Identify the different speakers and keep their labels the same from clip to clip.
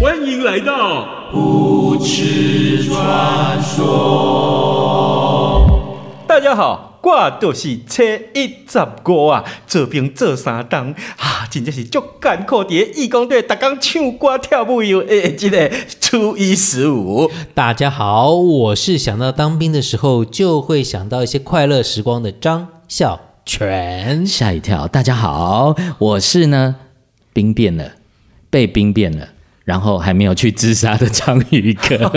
Speaker 1: 欢迎来到不耻传说。大家好，我就是初一十五啊，做兵做三冬啊，真正是足艰苦，伫咧义工队，逐工唱歌跳舞哎游诶，即个初一十五。
Speaker 2: 大家好，我是想到当兵的时候就会想到一些快乐时光的张孝全。
Speaker 3: 吓一跳！大家好，我是呢兵变了，被兵变了，然后还没有去自杀的章鱼 哥。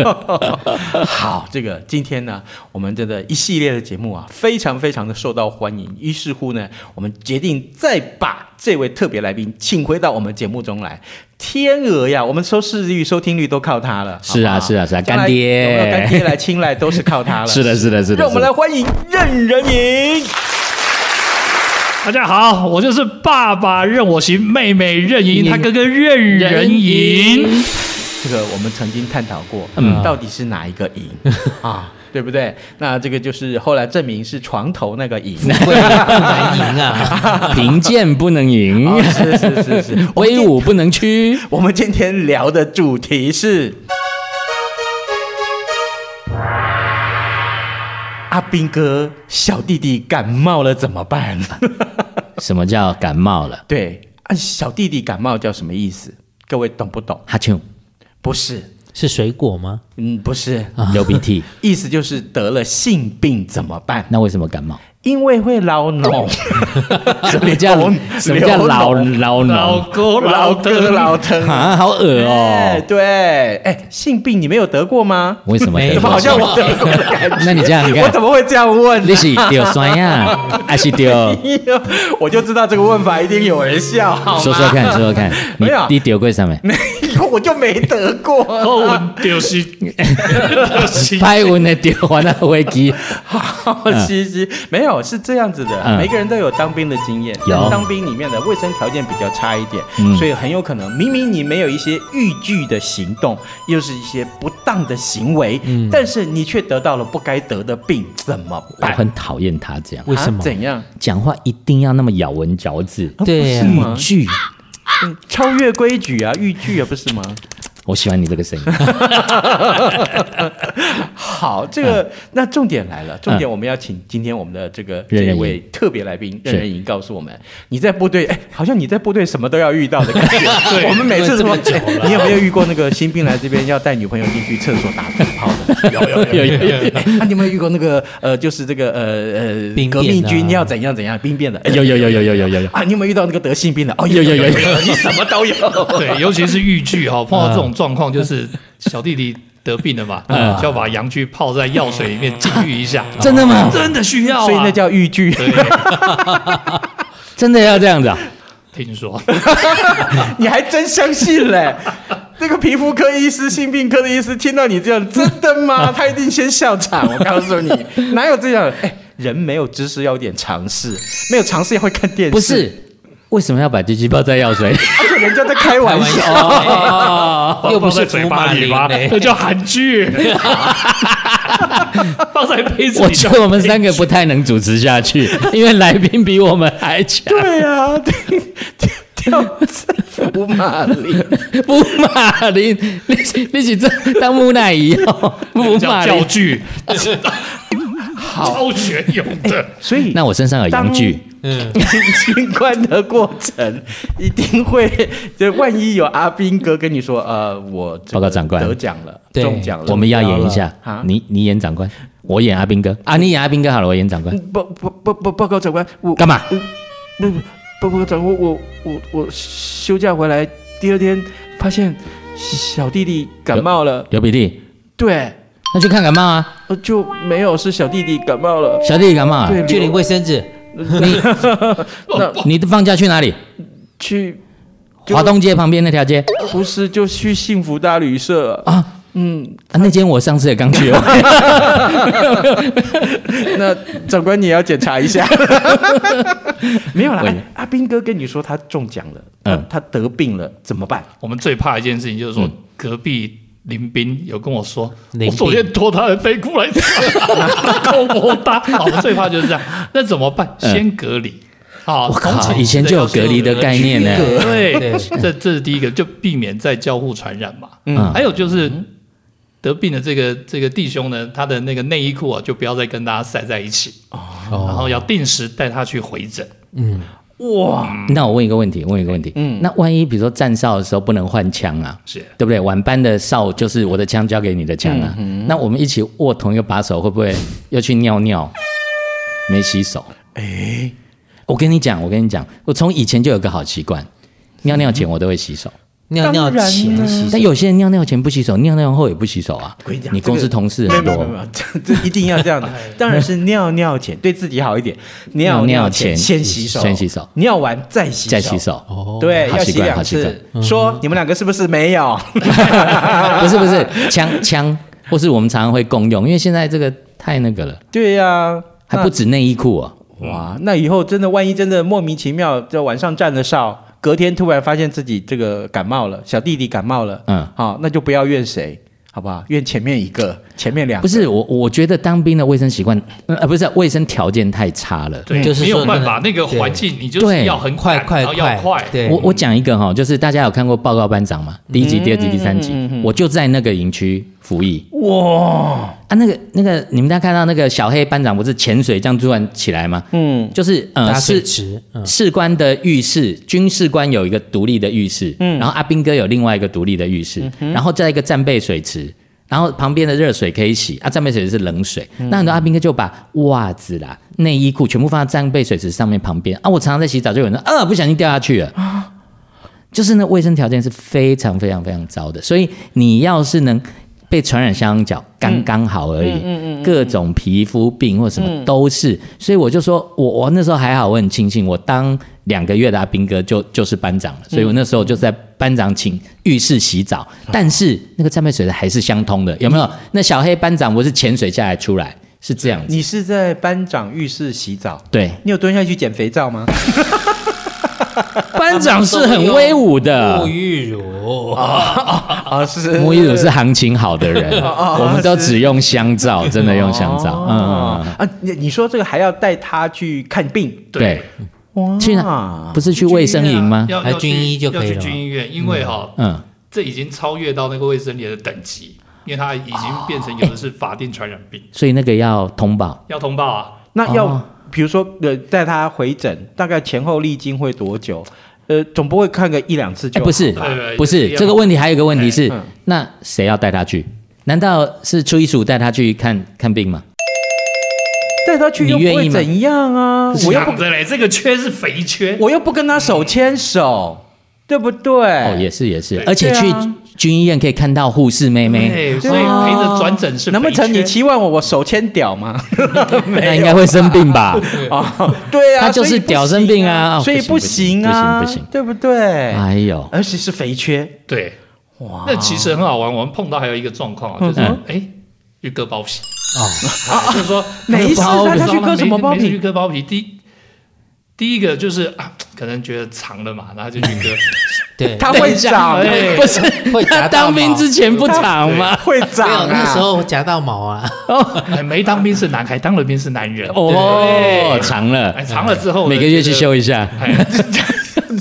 Speaker 1: 好，这个今天呢，我们这个一系列的节目啊，非常非常的受到欢迎。于是乎呢，我们决定再把这位特别来宾请回到我们节目中来。天鹅呀，我们收视率、收听率都靠他了。
Speaker 3: 是啊
Speaker 1: 好不好
Speaker 3: 是啊是啊
Speaker 1: 将来
Speaker 3: 干爹
Speaker 1: 有没有干爹来青睐都是靠他了。
Speaker 3: 是的，是的，是的。
Speaker 1: 让我们
Speaker 3: 是
Speaker 1: 来
Speaker 3: 的
Speaker 1: 欢迎任人莹。
Speaker 4: 大家好，我就是爸爸任我行，妹妹任盈，他哥哥任人盈。
Speaker 1: 这个我们曾经探讨过，
Speaker 3: 嗯
Speaker 1: 到底是哪一个赢啊？对不对？那这个就是后来证明是床头那个赢。
Speaker 2: 不难赢啊！
Speaker 3: 贫贱不能 赢，
Speaker 1: 哦是是是是，我们
Speaker 3: 威
Speaker 1: 今
Speaker 3: 武不能屈。
Speaker 1: 我们今天聊的主题是阿斌哥小弟弟感冒了怎么办？
Speaker 3: 什么叫感冒了？
Speaker 1: 对，啊，小弟弟感冒叫什么意思？各位懂不懂？
Speaker 3: 哈啾，
Speaker 1: 不是，
Speaker 2: 是水果吗？
Speaker 1: 嗯，不是，
Speaker 3: 流鼻涕。
Speaker 1: 意思就是得了性病怎么办？哦
Speaker 3: 那为什么感冒？
Speaker 1: 因为会老脓，
Speaker 3: 什么叫
Speaker 1: 流
Speaker 3: 什么叫老
Speaker 1: 流脓
Speaker 3: 老
Speaker 4: 老
Speaker 3: 脓
Speaker 4: 哥，
Speaker 1: 老哥
Speaker 4: 老
Speaker 1: 老疼
Speaker 3: 啊？好恶
Speaker 1: 哎
Speaker 3: 哦！
Speaker 1: 对，哎，性病你没有得过吗？
Speaker 3: 为什么
Speaker 2: 没
Speaker 3: 得
Speaker 1: 怎
Speaker 2: 有
Speaker 3: 过？
Speaker 1: 么好像我得过的感觉？
Speaker 3: 那你这样，你
Speaker 1: 我
Speaker 3: 看
Speaker 1: 怎，么会这样问呢？
Speaker 3: 你是丢酸呀，还是丢？
Speaker 1: 我就知道这个问法一定有人笑，好吗？
Speaker 3: 说说看，说说看，你
Speaker 1: 没有
Speaker 3: 你丢过什么？
Speaker 1: 没有，我就没得过。
Speaker 4: 后文就是就是
Speaker 3: 拍文的丢完了回机，
Speaker 1: 好， 嘻嘻，没有，是这样子的，
Speaker 3: 嗯
Speaker 1: 每个人都有当兵的经验，
Speaker 3: 有
Speaker 1: 但当兵里面的卫生条件比较差一点
Speaker 3: 嗯，
Speaker 1: 所以很有可能明明你没有一些逾矩的行动，又是一些不当的行为，
Speaker 3: 嗯
Speaker 1: 但是你却得到了不该得的病，怎么
Speaker 3: 我
Speaker 1: 办？
Speaker 3: 很讨厌他这样
Speaker 2: 为什么
Speaker 1: 啊怎样？
Speaker 3: 讲话，一定要那么咬文嚼字。
Speaker 2: 对啊
Speaker 1: 不是吗
Speaker 3: 句，
Speaker 1: 嗯超越规矩啊，逾矩啊，不是吗？
Speaker 3: 我喜欢你这个声音。
Speaker 1: 好，这个、那重点来了，重点我们要请今天我们的这个这
Speaker 3: 任人
Speaker 1: 位特别来宾
Speaker 3: 是
Speaker 1: 任人莹告诉我们，你在部队，哎，好像你在部队什么都要遇到的感觉。我们每次什么，哎你有没有遇过那个新兵来这边要带女朋友进去厕所打屁泡的？有有有有有。哎那你有没有遇过那个呃，就是这个呃呃
Speaker 2: 兵变啊
Speaker 1: 革命军要怎样怎样兵变的？哎
Speaker 3: 有有有有有有有有，
Speaker 1: 啊，你有没有遇到那个得性病的？哦，
Speaker 3: 有有有有
Speaker 1: 有，你什么都有。
Speaker 4: 对，尤其是豫剧哈，碰到这种状况，就是小弟弟得病了嘛，
Speaker 3: 嗯
Speaker 4: 就要把洋芋泡在药水里面禁欲一下，
Speaker 3: 真的吗？
Speaker 4: 真的需要啊。
Speaker 1: 所以那叫豫剧。
Speaker 4: 对，
Speaker 3: 真的要这样子啊？
Speaker 4: 听说
Speaker 1: 你还真相信嘞、那个皮肤科医师、性病科的医师听到你这样，真的 吗？他一定先笑场。我告诉你，哪有这样？哎、人没有知识要有点尝试，没有尝试也会看电视。
Speaker 3: 不，是，为什么要把鸡鸡泡在药水里？
Speaker 1: 而且人家在开玩笑。
Speaker 2: 哦， 又不
Speaker 4: 放在
Speaker 2: 是
Speaker 4: 嘴
Speaker 2: 福
Speaker 4: 巴
Speaker 2: 马
Speaker 4: 里
Speaker 2: 林
Speaker 4: 吗？那
Speaker 3: 欸
Speaker 2: 嘞，
Speaker 4: 叫韩剧， 放在杯 子
Speaker 3: 我
Speaker 4: 里
Speaker 3: 觉
Speaker 4: 叫。
Speaker 3: 得我们三个不太能主持下去，因为来宾比我们还强。
Speaker 1: 对啊，对跳在福马林，
Speaker 3: 布马林， 你是你是这当木乃伊哦，布马
Speaker 4: 叫教
Speaker 3: 林。
Speaker 4: 具，超全用的。
Speaker 1: 所以
Speaker 3: 那我身上有洋具，
Speaker 2: 嗯，
Speaker 1: 清关的过程，一定会，就万一有阿兵哥跟你说，呃，我这个
Speaker 3: 报告长官
Speaker 1: 得奖了，
Speaker 2: 对
Speaker 1: 中奖了，
Speaker 3: 我们要演一下
Speaker 1: 啊。
Speaker 3: 你你演长官，我演阿兵哥啊，你演阿兵哥好了，我演长官。
Speaker 1: 报报报报报告长官，我
Speaker 3: 干嘛？
Speaker 1: 不不报告长官，我我我我休假回来第二天发现小弟弟感冒了，
Speaker 3: 流鼻涕，
Speaker 1: 对，
Speaker 3: 那去看感冒啊，
Speaker 1: 呃就没有是小弟弟感冒了。
Speaker 3: 小弟弟感冒啊，
Speaker 1: 对，
Speaker 2: 去领卫生纸，
Speaker 1: 那
Speaker 3: 你的放假去哪里？
Speaker 1: 去就
Speaker 3: 华东街旁边那条街
Speaker 1: 不是就去幸福大旅社？
Speaker 3: 啊
Speaker 1: 嗯，
Speaker 3: 啊，那间我上次也刚 去了，
Speaker 1: 那长官你也要检查一下。 没有啦，
Speaker 3: 喂
Speaker 1: 哎阿斌哥跟你说他中奖了，嗯
Speaker 3: 嗯，
Speaker 1: 他得病了怎么办？
Speaker 4: 我们最怕一件事情就是说，隔壁林斌有跟我说，
Speaker 2: 林
Speaker 4: 我昨天拖他的内裤来 擦，偷摸 他。好，我们最怕就是这样，那怎么办？
Speaker 3: 嗯
Speaker 4: 先隔离。好，
Speaker 3: 靠
Speaker 4: 同寝室
Speaker 3: 以前就有隔离的
Speaker 4: 要先有
Speaker 3: 概 念呢
Speaker 4: 隔 离
Speaker 2: 对
Speaker 4: 对，这这是第一个，就避免再交互传染嘛。
Speaker 3: 嗯
Speaker 4: 还有就是。得病的这个这个弟兄呢，他的那个内衣裤啊，就不要再跟大家晒在一起，
Speaker 3: 哦
Speaker 4: 然后要定时带他去回诊。
Speaker 2: 嗯，
Speaker 1: 哇，
Speaker 3: 那我问一个问题，问一个问题，
Speaker 1: 嗯
Speaker 3: 那万一比如说站哨的时候不能换枪啊，
Speaker 4: 是
Speaker 3: 对不对？晚班的哨就是我的枪交给你的枪啊，
Speaker 1: 嗯
Speaker 3: 那我们一起握同一个把手，会不会又去尿尿？没洗手，
Speaker 1: 哎，
Speaker 3: 我跟你讲，我跟你讲，我从以前就有个好习惯，尿尿前我都会洗手。
Speaker 2: 尿尿
Speaker 1: 当然
Speaker 2: 前
Speaker 1: 呢
Speaker 2: 洗手
Speaker 3: 但有些人尿尿前不洗手，尿尿后也不洗手啊
Speaker 1: 我跟你。讲
Speaker 3: 你公
Speaker 1: 这
Speaker 3: 司
Speaker 1: 个
Speaker 3: 同事
Speaker 1: 没有
Speaker 3: 很
Speaker 1: 没有没有没
Speaker 3: 多，
Speaker 1: 有，这 这一定要这 样的。当然是尿尿前对自己好一点，
Speaker 3: 尿
Speaker 1: 尿
Speaker 3: 前
Speaker 1: 先洗手，
Speaker 3: 先洗手
Speaker 1: 尿完再洗
Speaker 3: 再洗。手。
Speaker 1: 对，
Speaker 3: 好
Speaker 1: 要
Speaker 3: 习
Speaker 1: 洗
Speaker 3: 惯
Speaker 1: 两
Speaker 3: 好嗯习
Speaker 1: 次。说你们两个是不是没 有？
Speaker 3: 不是不是，枪枪，或是我们常常会共用，因为现在这个太那个了，
Speaker 1: 对呀，
Speaker 3: 还不止内衣裤啊。
Speaker 1: 那哇！那以后真的万一真的莫名其妙，就晚上站了哨，隔天突然发现自己这个感冒了，小弟弟感冒了，
Speaker 3: 嗯
Speaker 1: 好、那就不要怨谁，好不好？怨前面一个，前面两个
Speaker 3: 不是我，我觉得当兵的卫生习惯，呃，不是卫生条件太差了。
Speaker 4: 对，
Speaker 2: 就是
Speaker 4: 没有
Speaker 2: 说
Speaker 4: 办
Speaker 2: 那
Speaker 4: 法，
Speaker 2: 个
Speaker 4: 那个环境你就是
Speaker 3: 对
Speaker 4: 要很
Speaker 2: 快
Speaker 4: 赶
Speaker 2: 快
Speaker 4: 然后要快
Speaker 2: 快，，对，
Speaker 3: 我我讲一个哈，就是大家有看过《报告班长》吗？第一集、第二集、第三集
Speaker 1: 嗯嗯嗯嗯嗯，
Speaker 3: 我就在那个营区服役
Speaker 1: 哇，
Speaker 3: 啊。那个那个，你们大家看到那个小黑班长不是潜水这样突然起来吗？
Speaker 1: 嗯
Speaker 3: 就是呃
Speaker 2: 打水
Speaker 3: 是
Speaker 2: 池，嗯，
Speaker 3: 士官的浴室，军士官有一个独立的浴室，
Speaker 1: 嗯
Speaker 3: 然后阿兵哥有另外一个独立的浴室，然后再一个战备水池，然后旁边的热水可以洗，啊，战备水池是冷水，
Speaker 1: 嗯
Speaker 3: 那很多阿兵哥就把袜子啦、内衣裤全部放在战备水池上面旁边啊，我常常在洗澡就有人说啊不小心掉下去了，就是那卫生条件是非常非常非常糟的，所以你要是能被传染香港脚，刚刚好而已。各种皮肤病或什么都是，所以我就说我我那时候还好，我很庆幸我当两个月的阿兵哥就就是班长了，所以我那时候就在班长寝浴室洗澡，但是那个战备水的还是相通的，有没有？那小黑班长我是潜水下来出来是这样子，
Speaker 1: 你是在班长浴室洗澡，
Speaker 3: 对，
Speaker 1: 你有蹲下去捡肥皂吗？
Speaker 3: 班长是很威武的
Speaker 2: 沐。浴乳，
Speaker 1: 啊， 是
Speaker 3: 沐浴乳是行情好的人，我们都只用香皂，真的用香皂。嗯嗯，嗯
Speaker 1: 哦啊，你你说这个还要带他去看病
Speaker 3: 对，
Speaker 1: 哇？
Speaker 3: 去哪？不是去卫生营吗？
Speaker 4: 啊要
Speaker 2: 还
Speaker 4: 要去
Speaker 2: 军医就可
Speaker 4: 要
Speaker 2: 以了
Speaker 4: 去
Speaker 2: 吗
Speaker 4: 军医院，因为哈，
Speaker 3: 嗯，
Speaker 4: 这已经超越到那个卫生营的等级，因为它已经变成有的是法定传染病，
Speaker 3: 所以那个要通报。
Speaker 4: 要通报啊。
Speaker 1: 那要、
Speaker 3: 哦
Speaker 1: 比如说呃，带他回诊，大概前后历经会多久？呃，总不会看个一两次
Speaker 3: 哎，
Speaker 1: 就好
Speaker 3: 不是
Speaker 4: 对对，
Speaker 3: 不
Speaker 4: 就是
Speaker 3: 是
Speaker 4: 这样
Speaker 3: 这个问题，还有一个问题是
Speaker 1: 嗯，
Speaker 3: 那谁要带他去？难道是初一十五带他去看看病吗？
Speaker 1: 带他去
Speaker 3: 你
Speaker 1: 又不
Speaker 3: 愿
Speaker 1: 会
Speaker 3: 意吗
Speaker 1: 怎样啊？我又
Speaker 4: 想
Speaker 1: 不
Speaker 4: 着嘞，这个缺是肥缺，
Speaker 1: 我又不跟他手牵手，对不对？
Speaker 3: 哦，也是也是，而且
Speaker 1: 哎对
Speaker 3: 去
Speaker 1: 啊
Speaker 3: 军医院可以看到护士妹妹，
Speaker 4: 哎对，所以
Speaker 2: 哦
Speaker 4: 陪着转诊是肥缺。
Speaker 1: 难不成你期望我我手牵屌吗？
Speaker 3: 那应该会生病 吧？
Speaker 1: 哦，对啊，
Speaker 3: 他就是
Speaker 1: 所以不
Speaker 3: 屌生病啊
Speaker 1: 行
Speaker 3: 哦
Speaker 1: 所以
Speaker 3: 不行
Speaker 1: 行啊，
Speaker 3: 不行不行
Speaker 1: 对不对？
Speaker 3: 哎呦，
Speaker 1: 而且是肥缺，
Speaker 4: 对？
Speaker 1: 哇
Speaker 4: 那其实很好玩。我们碰到还有一个状况啊，
Speaker 3: 嗯
Speaker 4: 就是说，哎，去割包皮
Speaker 3: 哦
Speaker 4: 啊， 就是说
Speaker 1: 没事，
Speaker 3: 包
Speaker 1: 他
Speaker 3: 皮
Speaker 1: 他去割什么包
Speaker 4: 没事没事
Speaker 1: 皮
Speaker 4: 去？割包皮，第一第一个就是啊，可能觉得长了嘛，然后就去 割。
Speaker 2: 对，
Speaker 1: 他会长，啊
Speaker 4: 对
Speaker 3: 不是
Speaker 2: 会夹到
Speaker 3: 他当兵
Speaker 2: 毛
Speaker 3: 之前不长吗？
Speaker 1: 会
Speaker 2: 没
Speaker 1: 长
Speaker 2: 有
Speaker 1: 啊。
Speaker 2: 那时候夹到毛啊，
Speaker 4: 哎没当兵是男孩，当了兵是男人。
Speaker 3: 哦，
Speaker 4: 对
Speaker 3: 长
Speaker 4: 哎，
Speaker 3: 了，
Speaker 4: 长了之后呢
Speaker 3: 每个月去。
Speaker 4: 觉得
Speaker 3: 修一下，
Speaker 4: 哎，
Speaker 1: 这啊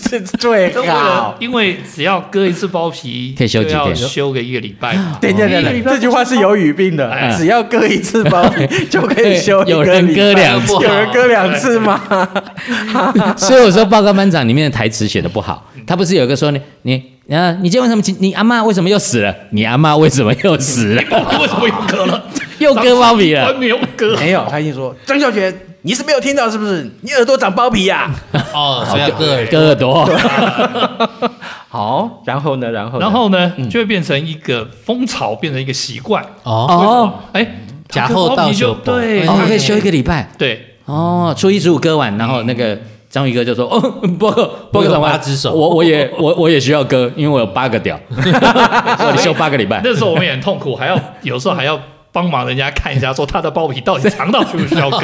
Speaker 1: 最
Speaker 4: 这为了
Speaker 1: 好。
Speaker 4: 因为只要割一次包皮，
Speaker 3: 可以休几天
Speaker 4: 就要休个一个礼拜 嘛。
Speaker 1: 等一下，等一下，这句话是有语病的
Speaker 4: 哎，
Speaker 1: 只要割一次包皮就可以修一个
Speaker 3: 有人
Speaker 1: 礼拜
Speaker 3: 割两次
Speaker 1: 有人割两次吗？
Speaker 3: 所以我说报告班长里面的台词写的不好，他不是有一个说你你啊，你今天为什么你阿妈为什么又死了？你阿妈为什么又死了？
Speaker 4: 为什么又割了？
Speaker 3: 又 割包皮
Speaker 4: 我
Speaker 3: 了？
Speaker 4: 没有割，
Speaker 1: 没有，他一定说张小雪，你是没有听到是不是？你耳朵长包皮呀？
Speaker 2: 哦，所以要割耳朵，
Speaker 3: 割耳朵，
Speaker 1: 好，然后呢，然后呢
Speaker 4: 然后呢，
Speaker 3: 嗯
Speaker 4: 就会变成一个风潮，变成一个习惯。
Speaker 2: 哦，
Speaker 3: 哦，
Speaker 4: 哎，
Speaker 2: 假后到
Speaker 4: 就
Speaker 2: 手
Speaker 4: 对，
Speaker 3: 哦，可以休一
Speaker 4: 个
Speaker 3: 个礼拜
Speaker 4: 对，
Speaker 3: 哦，初一十五割完，然后那个章鱼哥就说：“哦，报告报
Speaker 2: 我
Speaker 3: 告
Speaker 2: 有
Speaker 3: 长官，
Speaker 2: 八只手
Speaker 3: 我我也我我也需要割，因为我有八个 屌，我得休八个礼拜。”
Speaker 4: 那时候我们也很痛苦，还要有时候还要帮忙人家看一下，说他的包皮到底长到需不需 要割，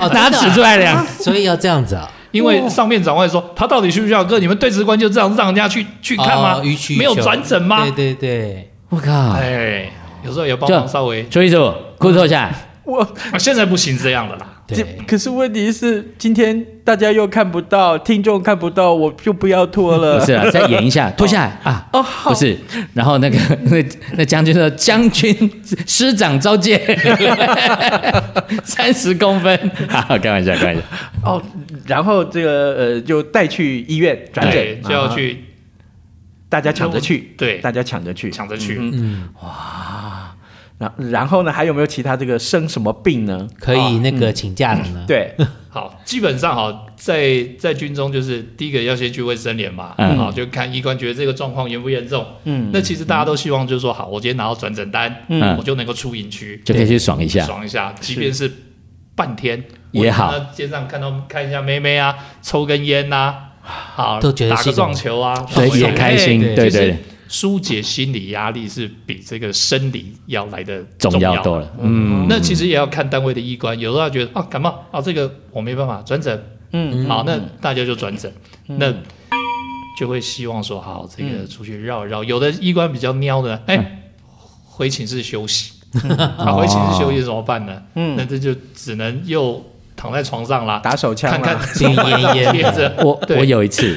Speaker 3: 哦 拿尺出来量，
Speaker 2: 所以要这样子啊，
Speaker 4: 因为上面长官说他到底需不需要割，你们对职官就这样让人家去去看吗
Speaker 2: 哦予取？予
Speaker 4: 没有
Speaker 2: 求
Speaker 4: 转诊吗
Speaker 2: 对？对对，
Speaker 3: 我靠！
Speaker 4: 哎，有时候也帮忙
Speaker 3: 这
Speaker 4: 稍微，
Speaker 3: 初一十五裤脱下，
Speaker 1: 我
Speaker 4: 啊现在不行这样了啦。
Speaker 1: 这
Speaker 2: 对
Speaker 1: 可是问题是，今天大家又看不到，听众看不到，我就不要脱
Speaker 3: 不
Speaker 1: 了
Speaker 3: 是。啊，再演一下，脱下来啊！
Speaker 1: 哦，好
Speaker 3: 不是，然后那个 那那将军说：“将军师长召见， 三十公分。” 好，开玩笑，开玩笑。
Speaker 1: 哦，然后这个呃，就带去医院转
Speaker 4: 对，
Speaker 1: 诊，
Speaker 4: 就要
Speaker 1: 啊，
Speaker 4: 去
Speaker 1: 大
Speaker 2: 啊
Speaker 1: 家抢着去，
Speaker 4: 对
Speaker 1: 大家抢着去。
Speaker 4: 抢着去。
Speaker 2: 嗯，
Speaker 1: 然然后呢，还有没有其他这个生什么病呢？哦嗯
Speaker 2: 可以那个请假了呢，
Speaker 1: 对，
Speaker 4: 好，基本上哈，在在军中就是第一个要先去卫生联嘛，
Speaker 3: 嗯
Speaker 4: 好就看医官觉得这个状况严不严重。
Speaker 1: 嗯
Speaker 4: 那其实大家都希望就是说，好，我今天拿到转诊单，
Speaker 3: 嗯
Speaker 4: 我就能够出营区
Speaker 3: 就可以去爽一下，
Speaker 4: 爽一下，即便是半天
Speaker 3: 也好。
Speaker 4: 我那街上看到看一下妹妹啊，抽根烟呐、好
Speaker 2: 都觉
Speaker 4: 打
Speaker 2: 得是
Speaker 4: 个
Speaker 2: 一种
Speaker 4: 撞球啊，
Speaker 3: 所以
Speaker 4: 爽一下
Speaker 3: 也开心，对
Speaker 2: 对
Speaker 3: 对
Speaker 4: 就是
Speaker 3: 对，
Speaker 4: 疏解心理压力是比这个生理要来的
Speaker 3: 重
Speaker 4: 要
Speaker 3: 要多了。嗯，
Speaker 4: 那其实也要看单位的医官，有时候他觉得啊感冒啊这个我没办法转诊，嗯，好，那大家就转诊，那就会希望说好这个出去绕一绕。有的医官比较喵的，哎、回寝室休息，啊回寝室休息怎么办呢？嗯，那这就只能又躺在床上啦，
Speaker 1: 打手枪啊
Speaker 4: 看看
Speaker 2: 这烟啊烟
Speaker 4: 贴着
Speaker 3: 我
Speaker 4: 对
Speaker 3: 我有一次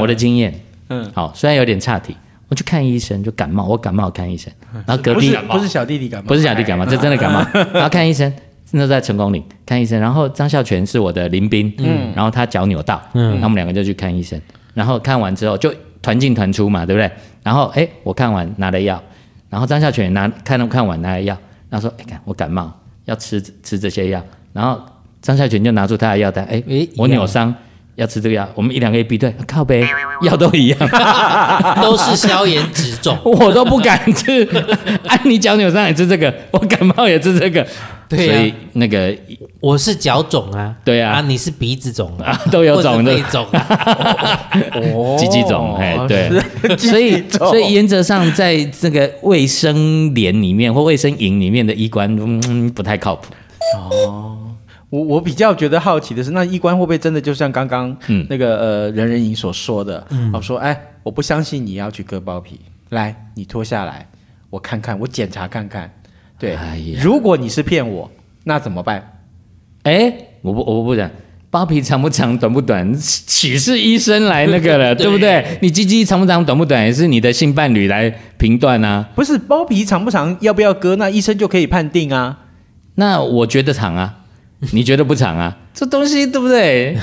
Speaker 3: 我的经验，
Speaker 1: 嗯
Speaker 3: 嗯，好，虽然有点岔题，我去看医生就感冒，我感冒看医生，然后隔
Speaker 4: 不是
Speaker 3: 壁
Speaker 4: 感冒
Speaker 1: 不是啊小弟弟感冒，
Speaker 3: 不是小弟感冒，这真的感冒， 然后看医生。那在成功岭看医生，然后张孝全是我的邻兵，嗯，然后他脚扭到，嗯，然后我们两个就去看医生，然后看完之后就团进团出嘛，对不对？然后哎，我看完拿了药，然后张孝全也拿看看完拿了药，然后说哎，看我感冒要吃吃这些药，然后张孝全就拿出他的药单，哎
Speaker 2: 诶，
Speaker 3: 我
Speaker 2: 一样
Speaker 3: 扭伤要吃这个药，我们一两个一比对，靠呗，药都一样，，
Speaker 2: 都是消炎止肿
Speaker 3: 我都不敢吃。 啊，你脚扭伤也吃这个， 我感冒也吃这个，
Speaker 2: 对啊
Speaker 3: 所以那个
Speaker 2: 我是脚肿啊，
Speaker 3: 对啊
Speaker 2: 啊你是鼻子肿啊，
Speaker 3: 都有肿
Speaker 2: 或者
Speaker 3: 的
Speaker 2: 肺 肿啊，
Speaker 1: 哦
Speaker 3: 鸡鸡肿，哎、对。
Speaker 1: 是鸡
Speaker 3: 所以
Speaker 1: 鸡，肿
Speaker 3: 所以原则上，在这个卫生连里面或卫生营里面的医官，嗯，不太靠谱。
Speaker 1: 我我比较觉得好奇的是，那医官会不会真的就像刚刚
Speaker 3: 嗯
Speaker 1: 那个、呃人人营所说的，
Speaker 2: 嗯
Speaker 1: 我说哎，我不相信你要去割包皮，来，你脱下来，我看看，我检查看看。对，
Speaker 3: 哎呀
Speaker 1: 如果你是骗我，那怎么办？
Speaker 3: 哎、我不，我不讲，包皮长不长，短不短，岂是医生来那个了，对不对？你鸡鸡长不长，短不短，也是你的性伴侣来评断啊。
Speaker 1: 不是包皮长不长，要不要割，那医生就可以判定啊。
Speaker 3: 那我觉得长啊，你觉得不长啊？这东西对不对？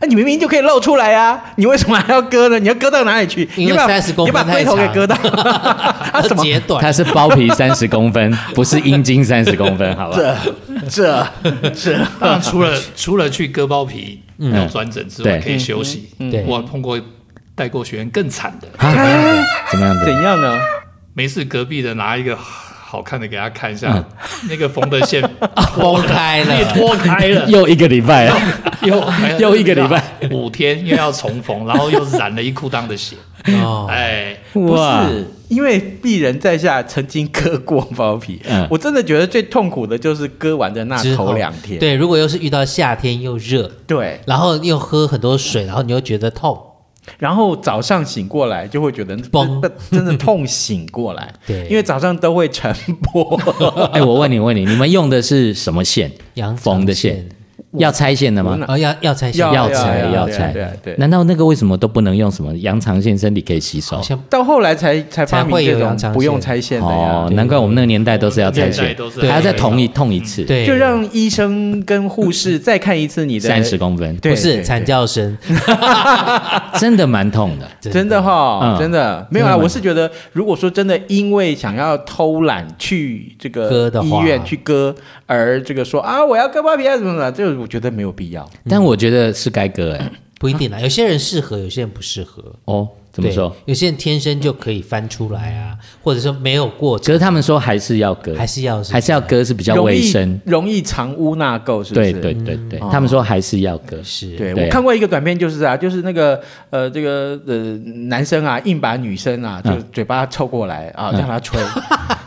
Speaker 1: 哎，你明明就可以露出来啊，你为什么还要割呢？你要割到哪里去？
Speaker 2: 因为
Speaker 1: 你把
Speaker 2: 30公分
Speaker 1: 你把龟头
Speaker 2: 太
Speaker 1: 给
Speaker 2: 长
Speaker 1: 割到，啊什么
Speaker 2: 截短
Speaker 3: 它是包皮三十公分，不是阴茎三十公分，好吧？啊
Speaker 1: 这这
Speaker 4: 当然，除了除了去割包皮要转诊之外，
Speaker 3: 对
Speaker 4: 可以休息。
Speaker 2: 对
Speaker 4: 我碰过带过学员更惨的，
Speaker 3: 啊怎么样
Speaker 1: 怎
Speaker 3: 的？
Speaker 1: 样啊呢？
Speaker 4: 没事隔壁的拿一个好看的给他看一下，那个缝的线
Speaker 2: 崩开
Speaker 4: 裂
Speaker 2: 了，
Speaker 4: 脱开了，
Speaker 3: 又一个礼拜啊！
Speaker 4: 哎又
Speaker 3: 又一个礼拜，
Speaker 4: 五天又要重缝，然后又染了一裤裆的血。
Speaker 2: 哦，
Speaker 4: 哎，
Speaker 1: 不
Speaker 3: 哇，
Speaker 1: 是，因为鄙人在下曾经割过包皮，
Speaker 3: 嗯
Speaker 1: 我真的觉得最痛苦的就是割完的那
Speaker 2: 之后
Speaker 1: 头两天。
Speaker 2: 对，如果又是遇到夏天又热，
Speaker 1: 对
Speaker 2: 然后又喝很多水，然后你又觉得痛，
Speaker 1: 然后早上醒过来就会觉得
Speaker 2: 崩。
Speaker 1: 真真的痛醒过来
Speaker 2: 对
Speaker 1: 因为早上都会晨勃。
Speaker 3: 哎，我问你，问你，你们用的是什么线？
Speaker 2: 羊肠
Speaker 3: 缝的线，要拆线的吗
Speaker 1: 我？
Speaker 2: 哦，要要拆线，
Speaker 1: 要
Speaker 3: 要
Speaker 1: 要
Speaker 3: 拆，
Speaker 1: 要
Speaker 3: 要
Speaker 1: 对啊
Speaker 3: 拆
Speaker 1: 对啊。
Speaker 3: 难道那个为什么都不能用什么羊肠线？身体可以吸收
Speaker 2: 好？像
Speaker 1: 到后来才才发
Speaker 2: 才
Speaker 1: 明
Speaker 2: 会有
Speaker 1: 这
Speaker 2: 羊
Speaker 1: 种
Speaker 2: 肠
Speaker 1: 不用
Speaker 2: 线
Speaker 1: 拆线的呀啊
Speaker 3: 哦，，难怪我们那个年代都是要拆
Speaker 4: 现在
Speaker 3: 线
Speaker 4: 都，是
Speaker 3: 还要再
Speaker 4: 对
Speaker 3: 捅一痛一次，
Speaker 2: 对，
Speaker 1: 就让医生跟护士再看一次你的
Speaker 3: 哎三十公分，
Speaker 1: 对对
Speaker 2: 不是
Speaker 1: 对
Speaker 2: 惨叫声，
Speaker 3: 真的蛮痛的。
Speaker 1: 真的哈，
Speaker 3: 嗯
Speaker 1: 真的没有啊！
Speaker 3: 真的吗
Speaker 1: 我是觉得，如果说真的因为想要偷懒去这
Speaker 2: 割
Speaker 1: 个
Speaker 2: 的
Speaker 1: 医
Speaker 2: 话
Speaker 1: 院去割，而这个说啊我要割包皮啊什么的，这个我觉得没有必要。
Speaker 3: 但我觉得是该割哎，
Speaker 2: 不一定啦，有些人适合，有些人不适合。
Speaker 3: 哦，怎么
Speaker 2: 对
Speaker 3: 说？？
Speaker 2: 有些人天生就可以翻出来啊，或者说没有过
Speaker 3: 可是他们说还是要割，
Speaker 2: 还是要是
Speaker 3: 还是要割是比较
Speaker 1: 容
Speaker 3: 卫
Speaker 1: 易
Speaker 3: 生。
Speaker 1: 容易藏污纳垢，是不
Speaker 3: 对
Speaker 1: 是？
Speaker 3: 对对对，他们说还是要割。
Speaker 2: 是
Speaker 1: 对，
Speaker 3: 对
Speaker 1: 我看过一个短片，就是啊，就是那个呃，这个呃，男生啊，硬把女生啊，
Speaker 3: 嗯
Speaker 1: 就嘴巴凑过来啊，让她 吹。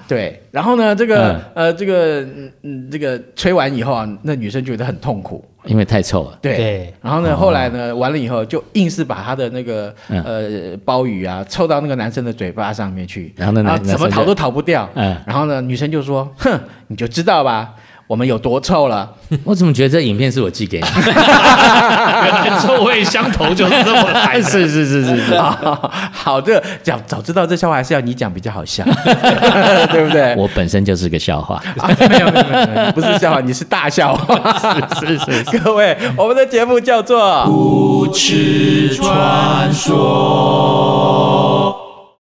Speaker 1: 对，然后呢，这个、呃，这个嗯嗯，这个吹完以后啊，那女生觉得很痛苦。
Speaker 3: 因为太臭了。
Speaker 1: 对，
Speaker 2: 对
Speaker 1: 然后呢，后来呢，完了以后就硬是把她的那个
Speaker 3: 哦嗯
Speaker 1: 呃鲍鱼啊，凑到那个男生的嘴巴上面去，
Speaker 3: 然后那男
Speaker 1: 怎么
Speaker 3: 男生就
Speaker 1: 逃都逃不掉。
Speaker 3: 嗯
Speaker 1: 然后呢，女生就说：“哼，你就知道吧，我们有多臭了。”
Speaker 3: 我怎么觉得这影片是我寄给你？
Speaker 4: 原来臭味相投就是这么 来的。是是是是，
Speaker 1: 好的，早早知道这笑话还是要你讲比较好 笑，对不对？
Speaker 3: 我本身就是个笑话。
Speaker 1: 啊、没有没有没有没有，呃不是笑 话，你是大笑话。
Speaker 4: 是是 是，
Speaker 1: 各位，我们的节目叫做《无耻传说》。